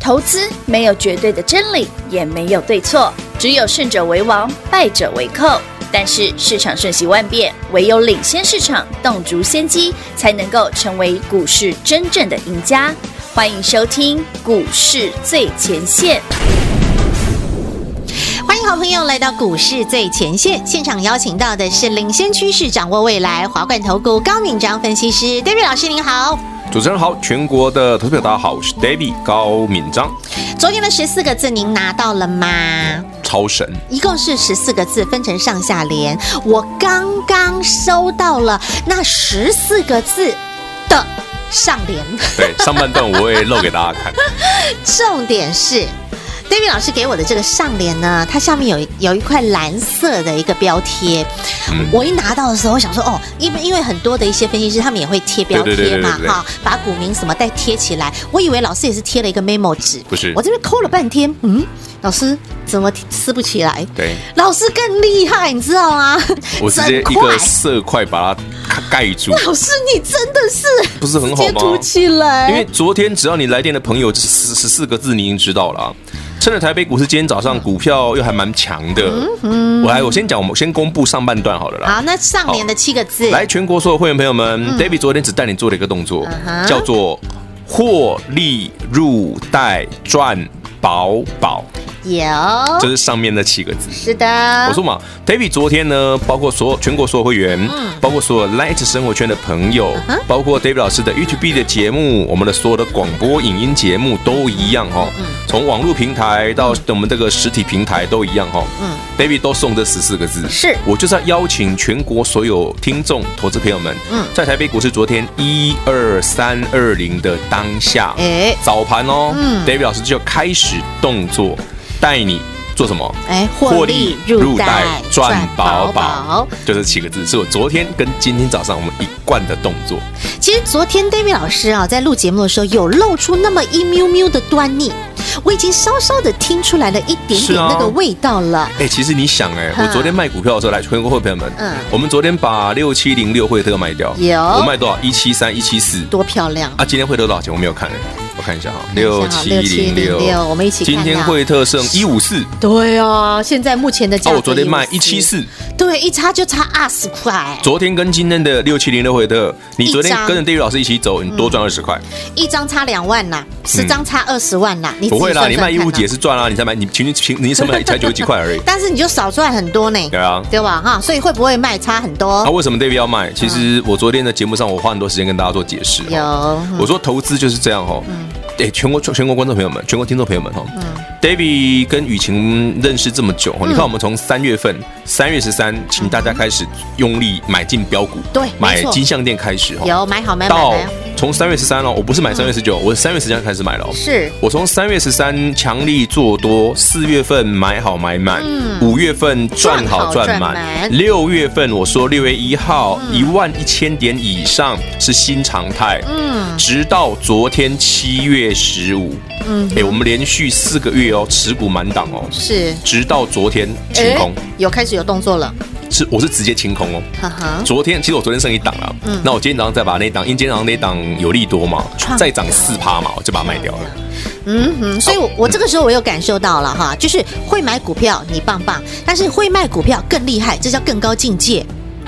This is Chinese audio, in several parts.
投资没有绝对的真理，也没有对错，只有胜者为王，败者为寇。但是市场瞬息万变，唯有领先市场，洞烛先机，才能够成为股市真正的赢家。欢迎收听《股市最前线》。欢迎好朋友来到股市最前线，现场邀请到的是领先趋势、掌握未来华冠投顾高敏章分析师 David 老师，您好。主持人好，全国的投票大家好，我是 David 高敏章，昨天的十四个字您拿到了吗？超神，一共是十四个字，分成上下联。我刚刚收到了那十四个字的上联，对，上半段我会露给大家看，重点是 David 老师给我的这个上联呢，它下面有一有一块蓝色的一个标贴。嗯我一拿到的时候，我想说哦，因为因为很多的一些分析师他们也会贴标对对贴对对嘛对对哈，把股民什么再贴起来。我以为老师也是贴了一个 memo 纸，不是我这边抠了半天，嗯，老师怎么撕不起来？对老师更厉害，你知道吗？我直接整一块个色块把它盖住，老师，你真的是不是很好截图吗？起来，因为昨天只要你来电的朋友，这十十四个字你已经知道了啊、趁着台北股市今天早上股票又还蛮强的，我来我先讲，我们先公布上半段好了啦。好，那上联的七个字，来，全国所有会员朋友们、d a v i d 昨天只带你做了一个动作嗯哼叫做获利入袋赚饱饱，这有，是上面那七个字。是的，我说嘛，David 嗯昨天呢，包括所有全国所有会员，包括所有 Light 生活圈的朋友，嗯包括 David 老师的 YouTube 的节目，我们的所有的广播影音节目都一样哦。嗯从网络平台到我们这个实体平台都一样哦。David 都送这十四个字，嗯是我就是要邀请全国所有听众、投资朋友们，嗯在台北股市昨天一二三二零的当下，哎早盘哦、嗯 d a v i d 老师就开始动作，带你做什么？哎，获利入袋赚饱饱，就这七个字，是我昨天跟今天早上我们一贯的动作。其实昨天 David 老师啊，在录节目的时候有露出那么一喵喵的端倪，我已经稍稍的听出来了一点是点啊那个味道了。哎、其实你想、哎，嗯我昨天卖股票的时候，来全国会朋友们，嗯我们昨天把六七零六惠特卖掉，有我卖多少？一七三、一七四多漂亮！啊，今天惠特多少钱？我没有看、哎我看一下哈，看一下七零6706我们一起看啊今到天惠特剩一五四，对啊，现在目前的价哦，格、我昨天卖一七，四，对，一差就差二十块，昨天跟今天的六七零六惠特，你昨天一张嗯跟着地狱老师一起走，你多赚二十块，一张差两万啦，十张差二十万啦。你自不己会啦，算你算卖一看五啊，几也是赚啦，你才买，你平均平你成本才九十几块而已但是你就少赚很多呢，对啊。对吧？哈，所以会不会卖差很那多？为什么 David 要卖？其实我昨天的节目上，我花很多时间跟大家做解释。哦有，嗯我说投资就是这样哦。哎，全国全国观众朋友们，全国听众朋友们哈，David 跟雨晴认识这么久嗯哦，你看我们从三月份，三月十三，请大家开始用力买进标股，对没错买金项店开始哦，有买好买买到买，嗯从三月十三哦，我不是买三月十九，我是三月十三开始买了哦。是我从三月十三强力做多，四月份买好买满，五月份赚嗯赚好好赚赚满，满嗯六月份我说六月一号一万一千点以上是新常态，嗯，直到昨天七月十五，嗯，哎，我们连续四个月哦，持股满档哦，是直到昨天清空，诶有开始有动作了，是我是直接清空哦。哈哈，昨天其实我昨天剩一档了，那我今天早上再把那一档，因为今天早上那一档有利多嘛嗯创，再涨四趴嘛，我就把它卖掉了。嗯哼，所以哦我我这个时候我有感受到了哈，就是会买股票你棒棒，但是会卖股票更厉害，这叫更高境界，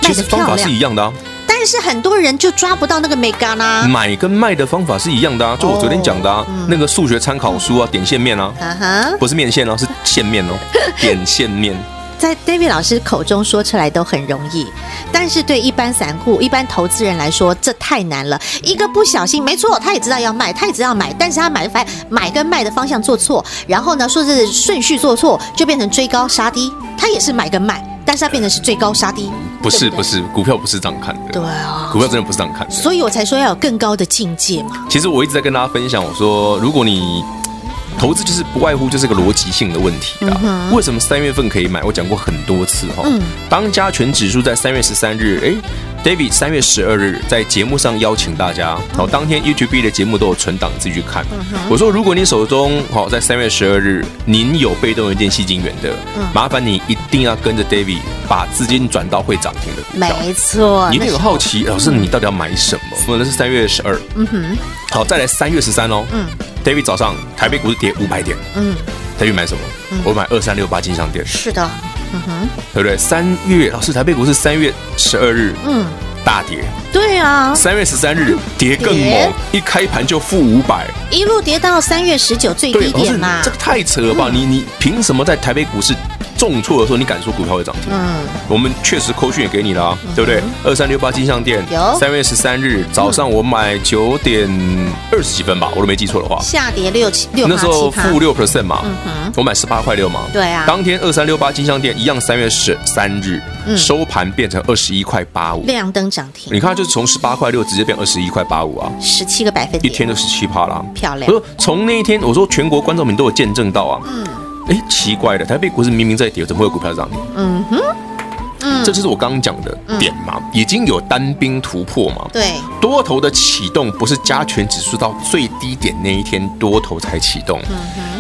卖其的实方漂法是亮。一样的啊。但是很多人就抓不到那个美感啦，买跟卖的方法是一样的啊，就我昨天讲的啊，那个数学参考书啊，点线面啊，哈哈，不是面线哦，是线面哦，点线面。在 David 老师口中说出来都很容易，但是对一般散户、一般投资人来说，这太难了。一个不小心，没错，他也知道要卖，他也知道买，但是他买反买跟卖的方向做错，然后呢，说是顺序做错，就变成追高杀低。他也是买跟卖，但是他变成是追高杀低，不是对对不是，股票不是这样看对的，啊，股票真的不是这样看的。所以我才说要有更高的境界嘛。其实我一直在跟大家分享，我说如果你投资就是不外乎就是个逻辑性的问题啦。为什么三月份可以买？我讲过很多次哈、哦。当加权指数在三月十三日，哎，David 三月十二日在节目上邀请大家，好、当天 YouTube 的节目都有存档，自己去看。我说，如果你手中好、在三月十二日您有被动元件吸金源的，麻烦你一定要跟着 David 把资金转到会涨停的股票。没错，你啊一那定很好奇，老师你到底要买什么？我们的是三月十二，嗯哼，好，再来三月十三哦，嗯 David 早上台北股市跌五百点，嗯，David 买什么？我买二三六八金商店，是的，对不对？三月老师，台北股市三月十二日嗯，大跌，对啊，三月十三日跌更跌猛，一开盘就负五百。一路跌到三月十九最对，低老师点嘛这，个太扯了吧？你你凭什么在台北股市重挫的时候，你敢说股票会涨停？嗯，我们确实扣讯也给你了啊，对不对？二三六八金项店有，三月十三日早上我买九点二十几分吧，我都没记错的话，下跌六七六那趴时候七趴负，六 percent 嘛嗯哼，我买十八块六嘛，对啊当天二三六八金项店一样，三月十三日嗯收盘变成二十一块八五，亮灯涨你停，看就是从十八块六直接变二十一块八五啊。十七个百分一点，天就十七趴啦，漂亮我说从那一天，我说全国观众们都有见证到啊。嗯。哎，奇怪的，台北股市明明在跌，怎么会有股票涨停？嗯哼，嗯这就是我刚刚讲的点嘛，已经有单兵突破嘛。对，多头的启动不是加权指数到最低点那一天多头才启动，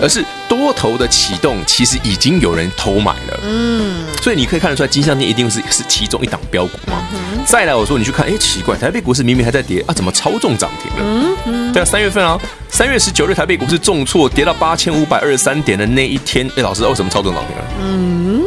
而是多头的启动其实已经有人偷买了。嗯，所以你可以看得出来，金项店一定是是其中一档标股嘛。再来，我说你去看，哎，奇怪，台北股市明明还在跌啊，怎么超重涨停了？对啊，三月份啊，三月十九日台北股市重挫，跌到八千五百二十三点的那一天，哎，老师，啊为什么超重涨停了？嗯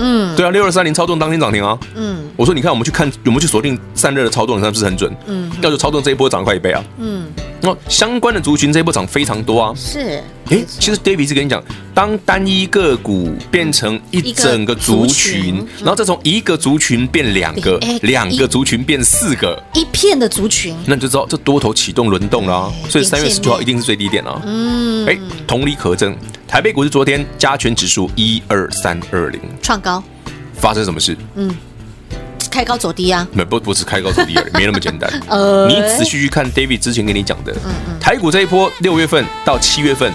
嗯，对啊，六二三零超重当天涨停啊。嗯，我说，你看，我们去看，我们去锁定散热的操纵，你看是不是很准？嗯，要是操纵这一波涨快一倍啊。嗯，那相关的族群这一波涨非常多啊。是，诶，没错其实 David 是跟你讲，当单一个股变成一整个族一个族群群，嗯然后再从一个族群变两个诶，两个族群变四个，一片的族群，那你就知道这多头启动轮动啦、哎所变以三现月十九号力一定是最低点啊。嗯，哎、同理可证，台北股市昨天加权指数一二三二零，创高，发生什么事？开高走低啊，没不不是开高走低而已，没那么简单。 呃嗯你仔细去看 David 之前跟你讲的，台股这一波六月份到七月份，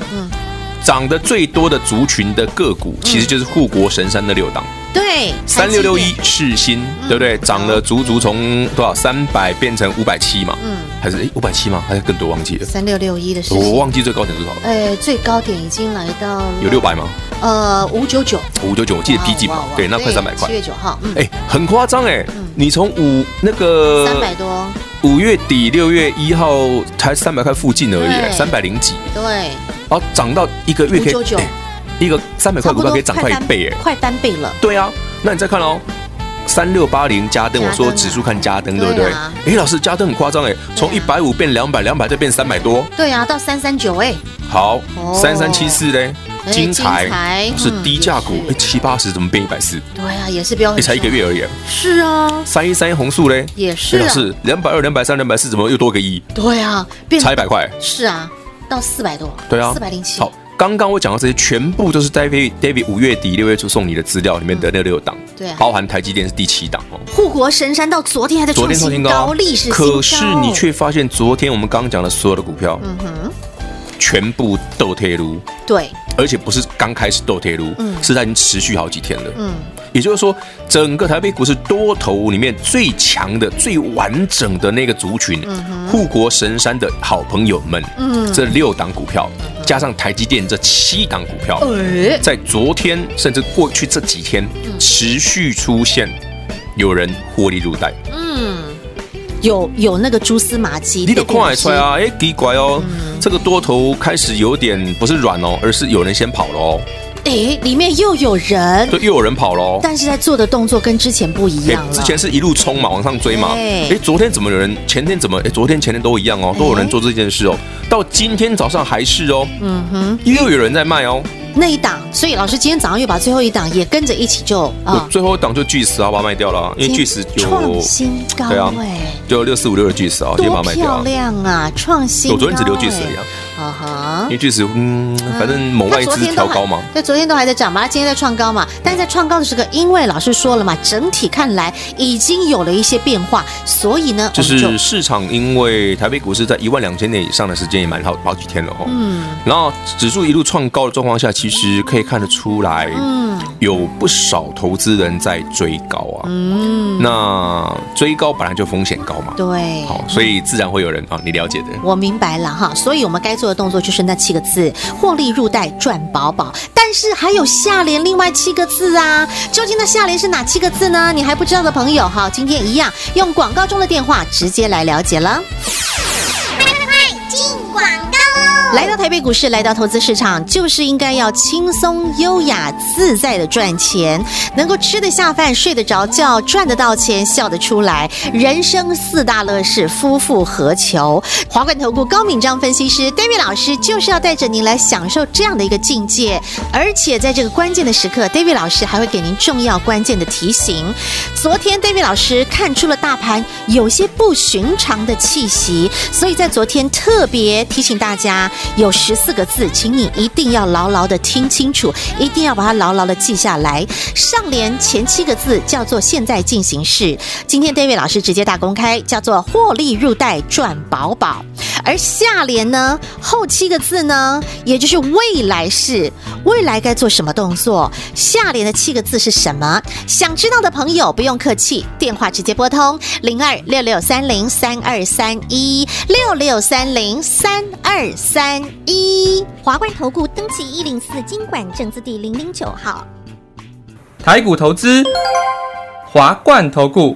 涨得最多的族群的个股，其实就是护国神山的六档，对，三六六一嗯台积电，嗯世新，对不对？涨了足足从多少三百变成五百七嘛，嗯还是诶五百七吗？还是更多忘记了，三六六一的事我情，忘记最高点多少了，哎，最高点已经来到了有六，百吗？呃，五九九，五九九，我记得逼近嘛嗯哇，哇对，那快三百块七，月九号，嗯，哎，很夸张哎，你从五那个三百多，五月底六月一号才三百块附近而已，对三百零几，对，然后涨到一个月可以599哎一个三百块差不股票多可以涨快一倍哎，快翻倍了，对啊，那你再看哦。三六八零加登，加登啊我说指数看加登，对不对对啊？哎，老师，加登很夸张哎，从一百五变两百，两百再变三百多。对啊，到三三九，哎，好，哦三三七四嘞，哎金金财财是嗯低价股也，是哎，七八十怎么变一百四？对啊，也是标，哎，才一个，月而已。是啊，三一三一红素嘞，也是哎老啊，师，两百二、两百三、两百四，怎么又多个一？对啊，变差一百块。是啊，到四百多，对啊，四百零七，好，刚刚我讲到这些，全部都是 David David 五月底六月初送你的资料里面的那六档，对啊包含台积电是第七档哦。护国神山到昨天还在昨创天创新新高高，啊，历史新高。可是你却发现昨天我们刚刚讲的所有的股票，嗯哼，全部斗铁路，对，而且不是刚开始斗铁路，嗯是它已经持续好几天了。嗯，也就是说，整个台北股市多头里面最强的、最完整的那个族群，嗯护国神山的好朋友们，这六档股票加上台积电这七档股票，哎，在昨天甚至过去这几天嗯持续出现有人获利入袋，嗯，有有那个嗯蛛丝马迹，你得看得出来对，啊！哎，奇怪哦，这个多头开始有点不是软哦，而是有人先跑了哦，哎，里面又有人，对，又有人跑了哦。但是在做的动作跟之前不一哎样，了。之前是一路冲嘛，往上追嘛。对嗯哎，昨天怎么有人？前天怎么？哎，昨天前天都一样哦，都有人做这件事哦。到今天早上还是哦，嗯哼，又有人在卖哦。那一档，所以老师今天早上又把最后一档也跟着一起就我啊，最后一档就巨石啊，把它卖掉了啊，因为巨石今天创有新高对啊哎，就六四五六的巨石啊，今天多把它卖掉漂啊。亮啊，创新高我昨天只留巨石而已啊。哎，啊哈因为。确实，嗯，反正某外它昨资天都调还高嘛，对，昨天都还在涨嘛，它今天在创高嘛。但在创高的时刻，因为老师说了嘛，整体看来已经有了一些变化，所以呢，就我们是市场因为台北股市在一万两千点以上的时间也蛮好好几天了哦。嗯然后指数一路创高的状况下，其实可以看得出来，嗯有不少投资人在追高啊。嗯，那追高本来就风险高嘛，对，好，所以自然会有人啊，你了解的。我明白了哈，所以我们该做的动作就是那七个字：获利入袋，赚饱饱。但是还有下联另外七个字啊，究竟那下联是哪七个字呢？你还不知道的朋友哈，今天一样用广告中的电话直接来了解了。进广告喽！来到台北股市，来到投资市场，就是应该要轻松、优雅、自在的赚钱，能够吃得下饭、睡得着觉、赚得到钱、笑得出来。人生四大乐事，夫复何求？华冠投顾高敏章分析师 David 老师就是要带着您来享受这样的一个境界，而且在这个关键的时刻，David 老师还会给您重要关键的提醒。昨天 David 老师看出了大盘有些不寻常的气息，所以在昨天特别提醒大家，有十四个字，请你一定要牢牢的听清楚，一定要把它牢牢的记下来。上联前七个字叫做现在进行式，今天 David 老师直接大公开，叫做获利入袋赚饱饱。而下联呢，后七个字呢，也就是未来式，未来该做什么动作？下联的七个字是什么？想知道的朋友不用客气，电话直接拨通零二六六三零三二三一六六三零三二三一。华冠投顾登记一零四经管证字第零零九号。台股投资，华冠投顾。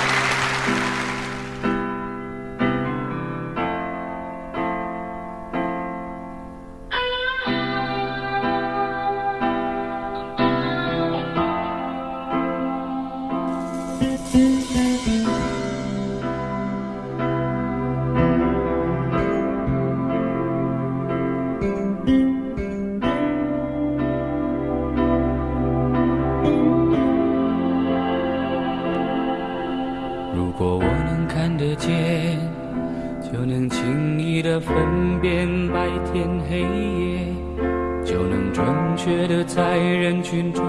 如果我能看得见，就能轻易的分辨白天黑夜，就能准确的在人群中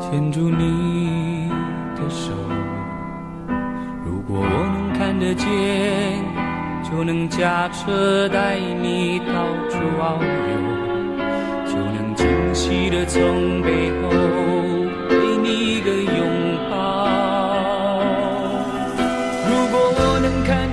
牵住你的手。如果我能看得见，就能驾车带你到处遨游，就能惊喜的从背后给你一个拥抱。如果我能看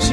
是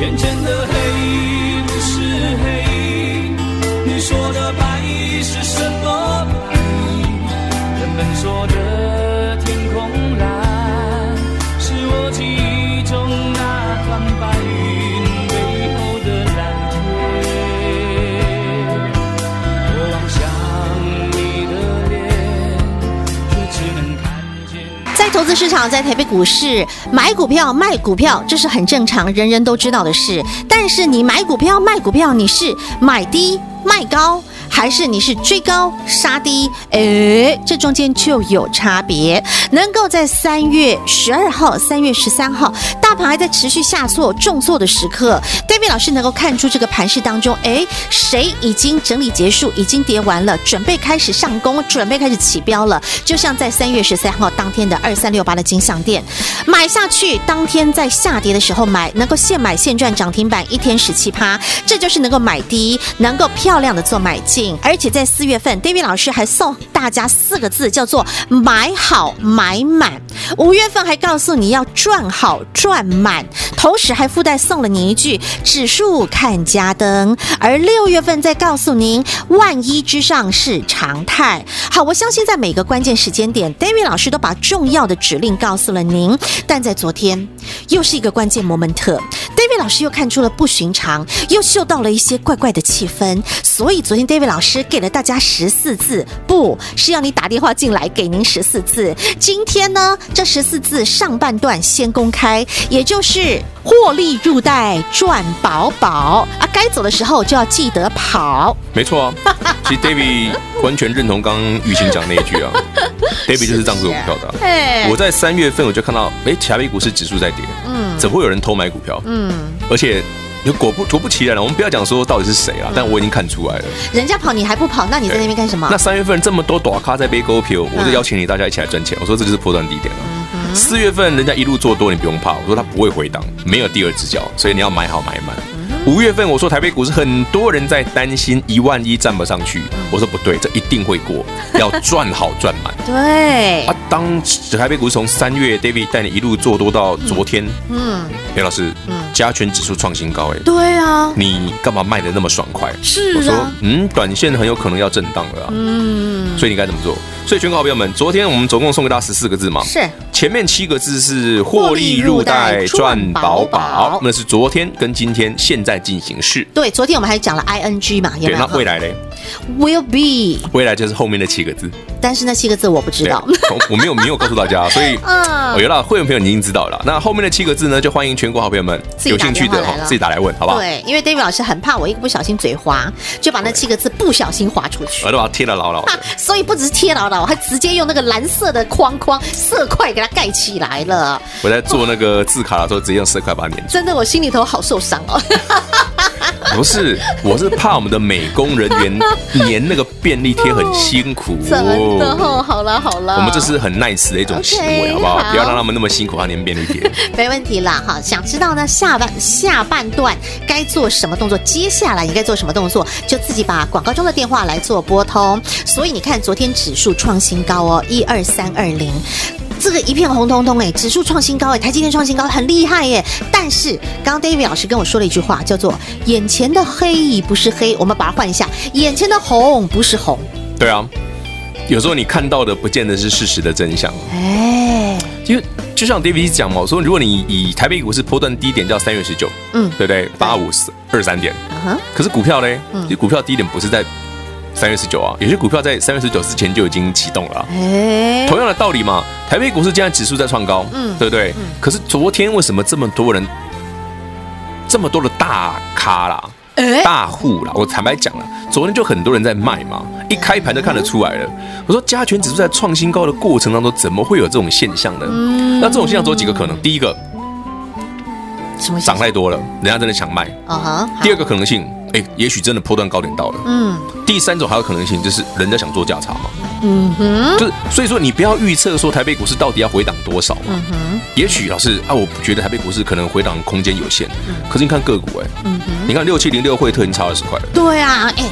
眼前的黑不是黑，你说的白是什么白？人们说的天空蓝，是我记忆中那团白云背后的蓝天。我望向你的脸，却只能看见。在投资市场，在台北股市买股票、卖股票，这是很正常，人人都知道的事。但是你买股票、卖股票，你是买低卖高，还是你是追高杀低？诶，这中间就有差别。能够在三月十二号、三月十三号，大盘还在持续下挫、重挫的时刻，David 老师能够看出这个盘势当中，诶，谁已经整理结束，已经跌完了，准备开始上攻，准备开始起标了。就像在三月十三号当天的二三六八的金项店，买下去，当天在下跌的时候买，能够现买现赚涨停板，一天十七趴，这就是能够买低，能够漂亮的做买进。而且在四月份，David 老师还送大家四个字，叫做买好买满。五月份还告诉你要赚好赚满，同时还附带送了你一句指数看家灯。而六月份再告诉您，万一之上是常态。好，我相信在每个关键时间点，David 老师都把重要的指令告诉了您。但在昨天，又是一个关键 moment。David 老师又看出了不寻常，又嗅到了一些怪怪的气氛，所以昨天 David 老师给了大家十四字，不是要你打电话进来给您十四字。今天呢，这十四字上半段先公开，也就是获利入袋赚饱饱啊，该走的时候就要记得跑。没错 啊。其实 David 完全认同刚刚雨晴讲那一句 啊，David 就是这样做股票的啊、哎我在三月份我就看到，哎，台北股市指数在跌，嗯，怎么会有人偷买股票？嗯，而且果不果不其然了，我们不要讲说到底是谁嗯啊，但我已经看出来了。人家跑你还不跑，那你在那边干什么那？三月份这么多短咖在背勾票，嗯我就邀请你大家一起来赚钱。我说这就是破断低点了。四月份人家一路做多，你不用怕。我说它不会回档，没有第二只脚，所以你要买好买满。嗯五月份我说台北股市很多人在担心一万一站不上去，嗯我说不对，这一定会 过，要赚好赚满。哎对，啊，当台北股市从三月 David 带你一路做多到昨天，嗯，刘老师，加权指数创新高哎、对啊，你干嘛卖的那么爽快？是我说啊，，嗯，短线很有可能要震荡了、啊，嗯，所以你该怎么做？所以全国好朋友们，昨天我们总共送给大家十四个字嘛，是前面七个字是获利入袋赚饱饱，那是昨天跟今天现在进行式。对，昨天我们还讲了 ing 嘛，有没对，那有？未来嘞？ will be，未来就是后面的七个字。但是那七个字我不知对啊，道。我我没有没有告诉大家，所以 嗯哦，有了，会员朋友你已经知道了啦。那后面的七个字呢，就欢迎全国好朋友们自己有打兴电趣话的来哦了自己打来问，好不好？对，因为 David 老师很怕我一个不小心嘴滑，就把那七个字不小心划出去我。都把它贴得 牢牢的啊。所以不只是贴牢牢，我还直接用那个蓝色的框框色块给它盖起来了。我在做那个字卡的时候，直接用色块把它粘住。真的，我心里头好受伤哦。 不是，我是怕我们的美工人员粘那个便利贴很辛苦。真的哦，好了好了，我们这是很 nice 的一种行为， OK，好不好？好不要让他们那么辛苦，还粘便利贴。 没问题啦，哈，想知道呢下半下半段该做什么动作，接下来应该做什么动作，就自己把广告中的电话来做拨通。所以你看，昨天指数创新高哦，一二三二零。这个一片红彤彤哎，指数创新高哎，台积电创新高，很厉害耶。但是刚刚 David 老师跟我说了一句话，叫做“眼前的黑不是黑”，我们把它换一下，“眼前的红不是红对啊，有时候你看到的不见得是事实的真相。”。哎，因为就像 David 讲嘛，我说如果你以台北股市波段低点叫三月十九，嗯对不对？八五二三点，嗯哼，可是股票呢？嗯就股票低点不是在三月十九啊，有些股票在三月十九之前就已经启动了啊、哎，同样的道理嘛，台北股市现在指数在创高，嗯对不对？可是昨天为什么这么多人，这么多的大咖啦？哎大户啦，我坦白讲了，昨天就很多人在卖嘛，一开盘就看得出来了。我说加权指数在创新高的过程当中，怎么会有这种现象呢？嗯那这种现象只有几个可能，第一个什么涨太多了，人家真的想卖；啊哈，好第二个可能性，哎，也许真的破断高点到了；嗯第三种还有可能性就是人家想做价差嘛，嗯哼。就是所以说你不要预测说台北股市到底要回档多少嘛。嗯也许老师啊，我觉得台北股市可能回档空间有限，嗯可是你看个股哎、你看六七零六惠特已经差二十块了，对啊，哎、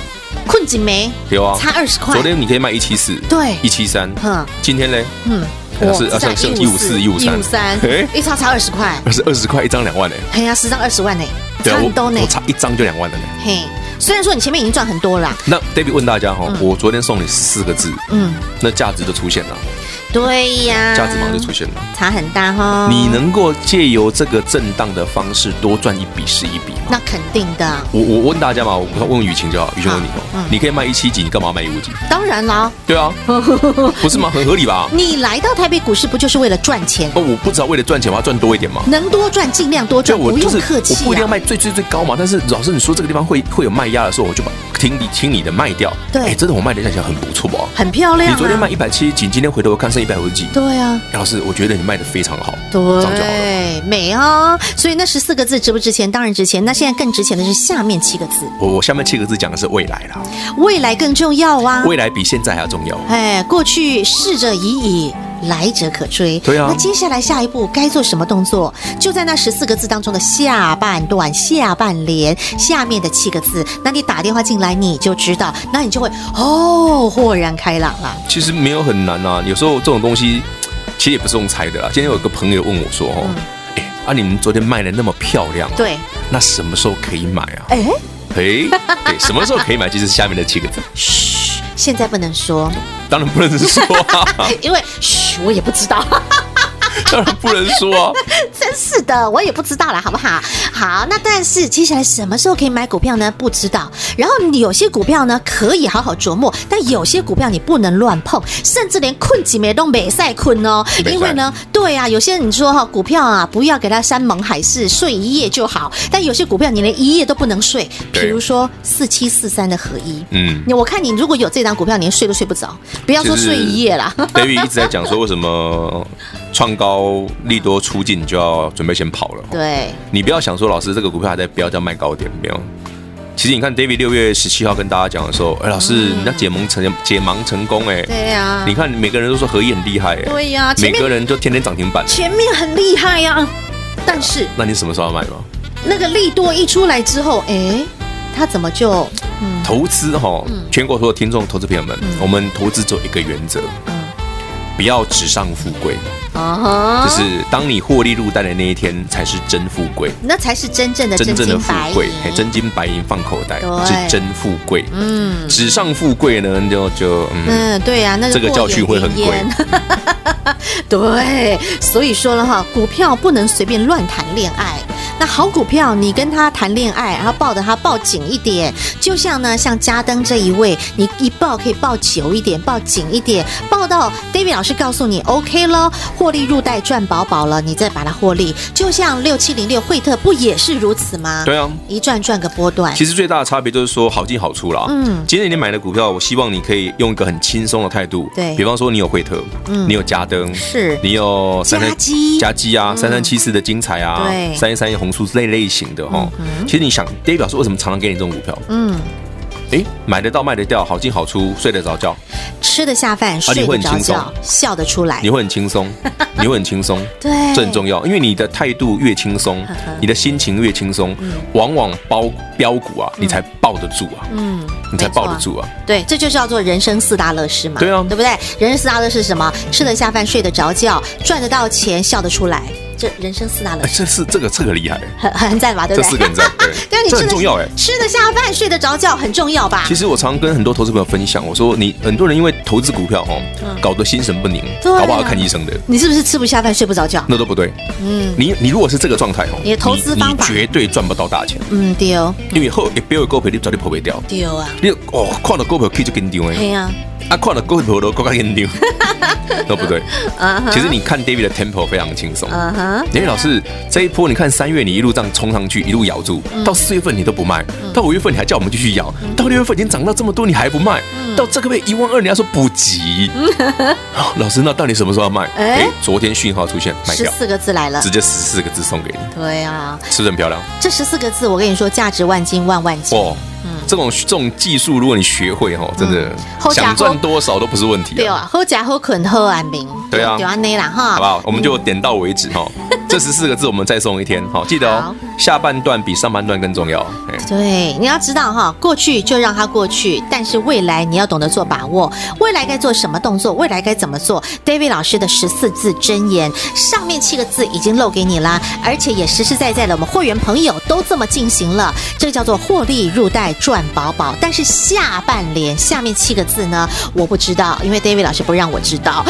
困几枚？有啊，差20块昨天你可以卖一七四，对一七三，嗯今天嘞，哎嗯，啊好像是好像像一五四一五一三五三哎，，一张才二十块，二十二十块一张两万呢，啊哎呀，十张二十万呢，差我很多呢我，差一张就两万了呢。嘿，虽然说你前面已经赚很多啦，那 David 问大家哈，我昨天送你四个字，嗯，啊那价值就出现了，对呀，价值马上就出现了。差很大哦哈，你能够借由这个震荡的方式多赚一笔是一笔吗？那肯定的，我我问大家嘛，我问雨晴就好，雨晴问你嗯哦，你可以卖一七几，你干嘛卖一五几？当然啦，对 啊，不是吗？很合理吧？你来到台北股市不就是为了赚钱？哦，我不知道为了赚钱，我要赚多一点嘛。能多赚尽量多就赚，我不就用是客我气不一定要啊。卖最最最高嘛，但是老师你说这个地方会会有卖压的时候，我就把听你听你的卖掉。对哎真的我卖的价钱很不错吧？很漂亮、啊。你昨天卖一百七十几，今天回头我看剩一百五十几。对啊，哎老师，我觉得你卖的非常好，这样就好了。对，美哦。所以那十四个字值不值钱？当然值钱。那现在更值钱的是下面七个字，我我下面七个字讲的是未来啦，未来更重要啊。未来比现在还要重要。哎，过去逝者已矣，来者可追。对啊那接下来下一步该做什么动作？就在那十四个字当中的下半段、下半联下面的七个字。那你打电话进来，你就知道，那你就会哦，豁然开朗了。其实没有很难啊，有时候这种东西其实也不是用猜的啦。今天有个朋友问我说：“哦，哎、啊，你们昨天卖的那么漂亮、啊，嗯对，那什么时候可以买啊？”哎，嘿，对，什么时候可以买？就是下面的七个字，嘘，现在不能说，当然不能说 啊，因为嘘，我也不知道。当然不能说啊。真是的，我也不知道了，好不好？好，那但是接下来什么时候可以买股票呢？不知道。然后有些股票呢可以好好琢磨，但有些股票你不能乱碰，甚至连困几枚都没赛困哦。不可以因为呢，对啊，有些人你说哈、股票啊不要给它山盟海誓，睡一夜就好。但有些股票你连一夜都不能睡，比对如说四七四三的合一。嗯，你我看你如果有这档股票，你连睡都睡不着，不要说睡一夜啦。 David 一直在讲说，为什么创高利多出尽就要准备先跑了。哦对，你不要想说老师这个股票还在飙，叫卖高点没有。其实你看，David 六月十七号跟大家讲的时候，哎，老师，人家解盲成解盲成功哎，嗯对啊呀、你看每个人都说合一很厉害哎，对呀啊前每面个人就天天涨停板。前面很厉害呀、但是那你什么时候要买吗？那个利多一出来之后，哎，他怎么就嗯投资哈，全国所有听众、投资朋友们，我们投资只有一个原则，嗯不要纸上富贵，啊哈就是当你获利入袋的那一天，才是真富贵。那才是真正的真正的金富白贵银，嘿，真金白银放口袋对是真富贵。嗯纸上富贵呢，就就嗯，嗯，对呀、那这个教训会很贵过眼云烟。 对，所以说了哈，股票不能随便乱谈恋爱。那好股票，你跟他谈恋爱，然后抱着他抱紧一点，就像呢，像嘉登这一位，你一抱可以抱久一点，抱紧一点，抱到 David 老师告诉你 OK 了，获利入袋赚饱饱了，你再把它获利。就像六七零六惠特不也是如此吗？对啊。一赚赚个波段。其实最大的差别就是说好进好出啦。嗯嗯，今天你买的股票，我希望你可以用一个很轻松的态度。对比方说你有惠特，嗯你有嘉登，是你有嘉基嗯嘉基啊，三三七四的精彩啊，对三一三一红素类类型的哈。其实你想，David 老师为什么常常给你这种股票？嗯，哎，买得到卖得掉，好进好出，睡得 着觉，吃得下饭，睡啊你会得着很轻松觉，笑得出来。你会很轻松，你会很轻松。 对，嗯这很重要，因为你的态度越轻松呵呵，你的心情越轻松，嗯往往包标股啊，你才抱得住啊，嗯，你才没错抱得。住啊。对，这就叫做人生四大乐事嘛。对啊对不对？人生四大乐事是什么？吃得下饭，睡得着觉，赚得到钱，笑得出来。这人生四大乐哎，事这是这个这个厉害，很很赞 吧？对哎这不对？四个人在，对 对啊，你这吃很得重要哎。吃得下饭，睡得着觉很重要吧其？实我常跟很多投资朋友分享，我说你很多人因为投资股票哦，搞得心神不宁，嗯对啊搞不好看医生的，你是不是吃不下饭，睡不着觉？那都不对。嗯你你如果是这个状态哦，你的投资方法你绝对赚不到大钱，嗯，丢因为后也不要股票你早就破不掉，丢啊！你哦看到股票去就跟丢哎。哎呀，啊，看了股票都更加 研究，都不对。啊其实你看 David 的 tempo 非常轻松。嗯哼，因为老师这一波，你看三月你一路这样冲上去，一路咬住，嗯到四月份你都不卖，到五月份你还叫我们继续咬，到六月份已经涨到这么多，你还不卖，嗯到这个月一万二，你还说不 急。哦老师，那到底什么时候要卖？哎哎，昨天讯号出现，卖十掉，四个字来了直。接十四个字送给你，对啊，是不是很漂亮？这十四个字我跟你说，价值万金万万金。哦，这种这种技术，如果你学会嗯哦，真的好家伙想赚多少都不是问题。对啊，好假好捆好安民。对啊就安内啦哈。好不好？我们就点到为止哈。这十四个字我们再送一天，好，记得哦好。下半段比上半段更重要。哎对，你要知道哈，过去就让它过去，但是未来你要懂得做把握，未来该做什么动作，未来该怎么做。David 老师的十四字真言，上面七个字已经漏给你啦，而且也实实在在的，我们会员朋友都这么进行了，这个叫做获利入袋赚饱饱。但是下半联下面七个字呢，我不知道，因为 David 老师不让我知道。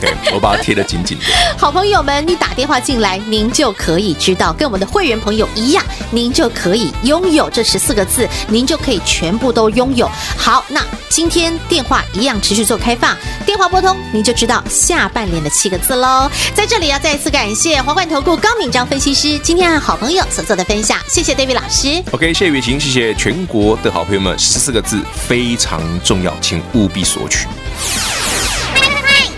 对我把它贴得紧紧的。 好朋友们，你打电话进来，您就可以知道，跟我们的会员朋友一样，您就可以拥有这十四个字，您就可以全部都拥有。好，那今天电话一样持续做开放，电话拨通，您就知道下半年的七个字喽。在这里要再一次感谢华冠投顾高敏章分析师今天和好朋友所做的分享，谢谢 David 老师。 OK，谢谢雨晴，谢谢全国的好朋友们，十四个字非常重要，请务必索取。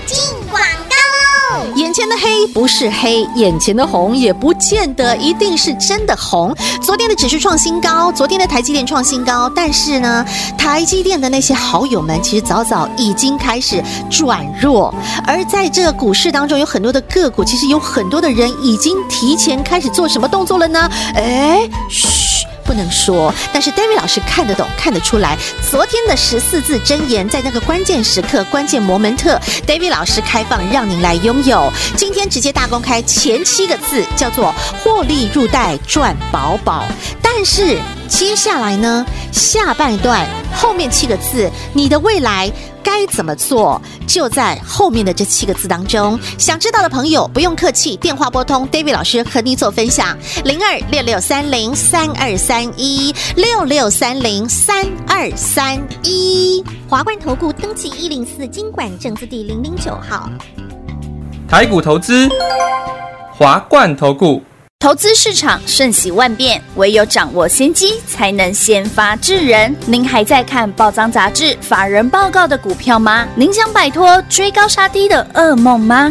进广告喽！眼前的黑不是黑，眼前的红也不见得一定是真的红。昨天的指数创新高，昨天的台积电创新高，但是呢，台积电的那些好友们其实早早已经开始转弱，而在这个股市当中，有很多的个股，其实有很多的人已经提前开始做什么动作了呢？哎，嘘。不能说，但是 David 老师看得懂，看得出来。昨天的十四字真言，在那个关键时刻、关键摩门特，David 老师开放让您来拥有。今天直接大公开前七个字，叫做“获利入袋赚饱饱”。但是接下来呢，下半段后面七个字，你的未来。该怎么做，就在后面的这七个字当中。想知道的朋友不用客气，电话拨通，David 老师和你做分享，零二六六三零三二三一六六三零三二三一。华冠投顾登记一零四经管证字第零零九号。台股投资，华冠投顾。投资市场瞬息万变，唯有掌握先机，才能先发制人。您还在看报章杂志、法人报告的股票吗？您想摆脱追高杀低的噩梦吗？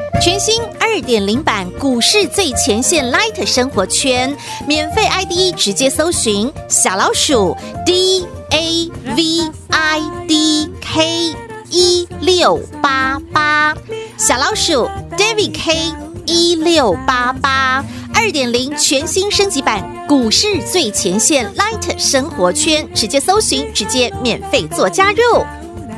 全新二点零版股市最前线 Light 生活圈，免费 ID 直接搜寻小老鼠 D A V I D K 一六八八，小老鼠 David K 一六八八。二点零全新升级版股市最前线 Light 生活圈，直接搜寻，直接免费做加入。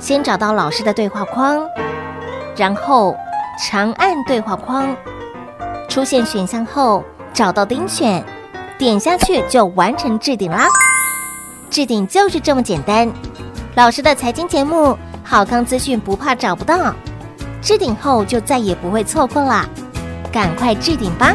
先找到老师的对话框。然后长按对话框，出现选项后找到钉选，点下去就完成置顶啦。置顶就是这么简单。老师的财经节目，好康资讯不怕找不到，置顶后就再也不会错过啦，赶快置顶吧！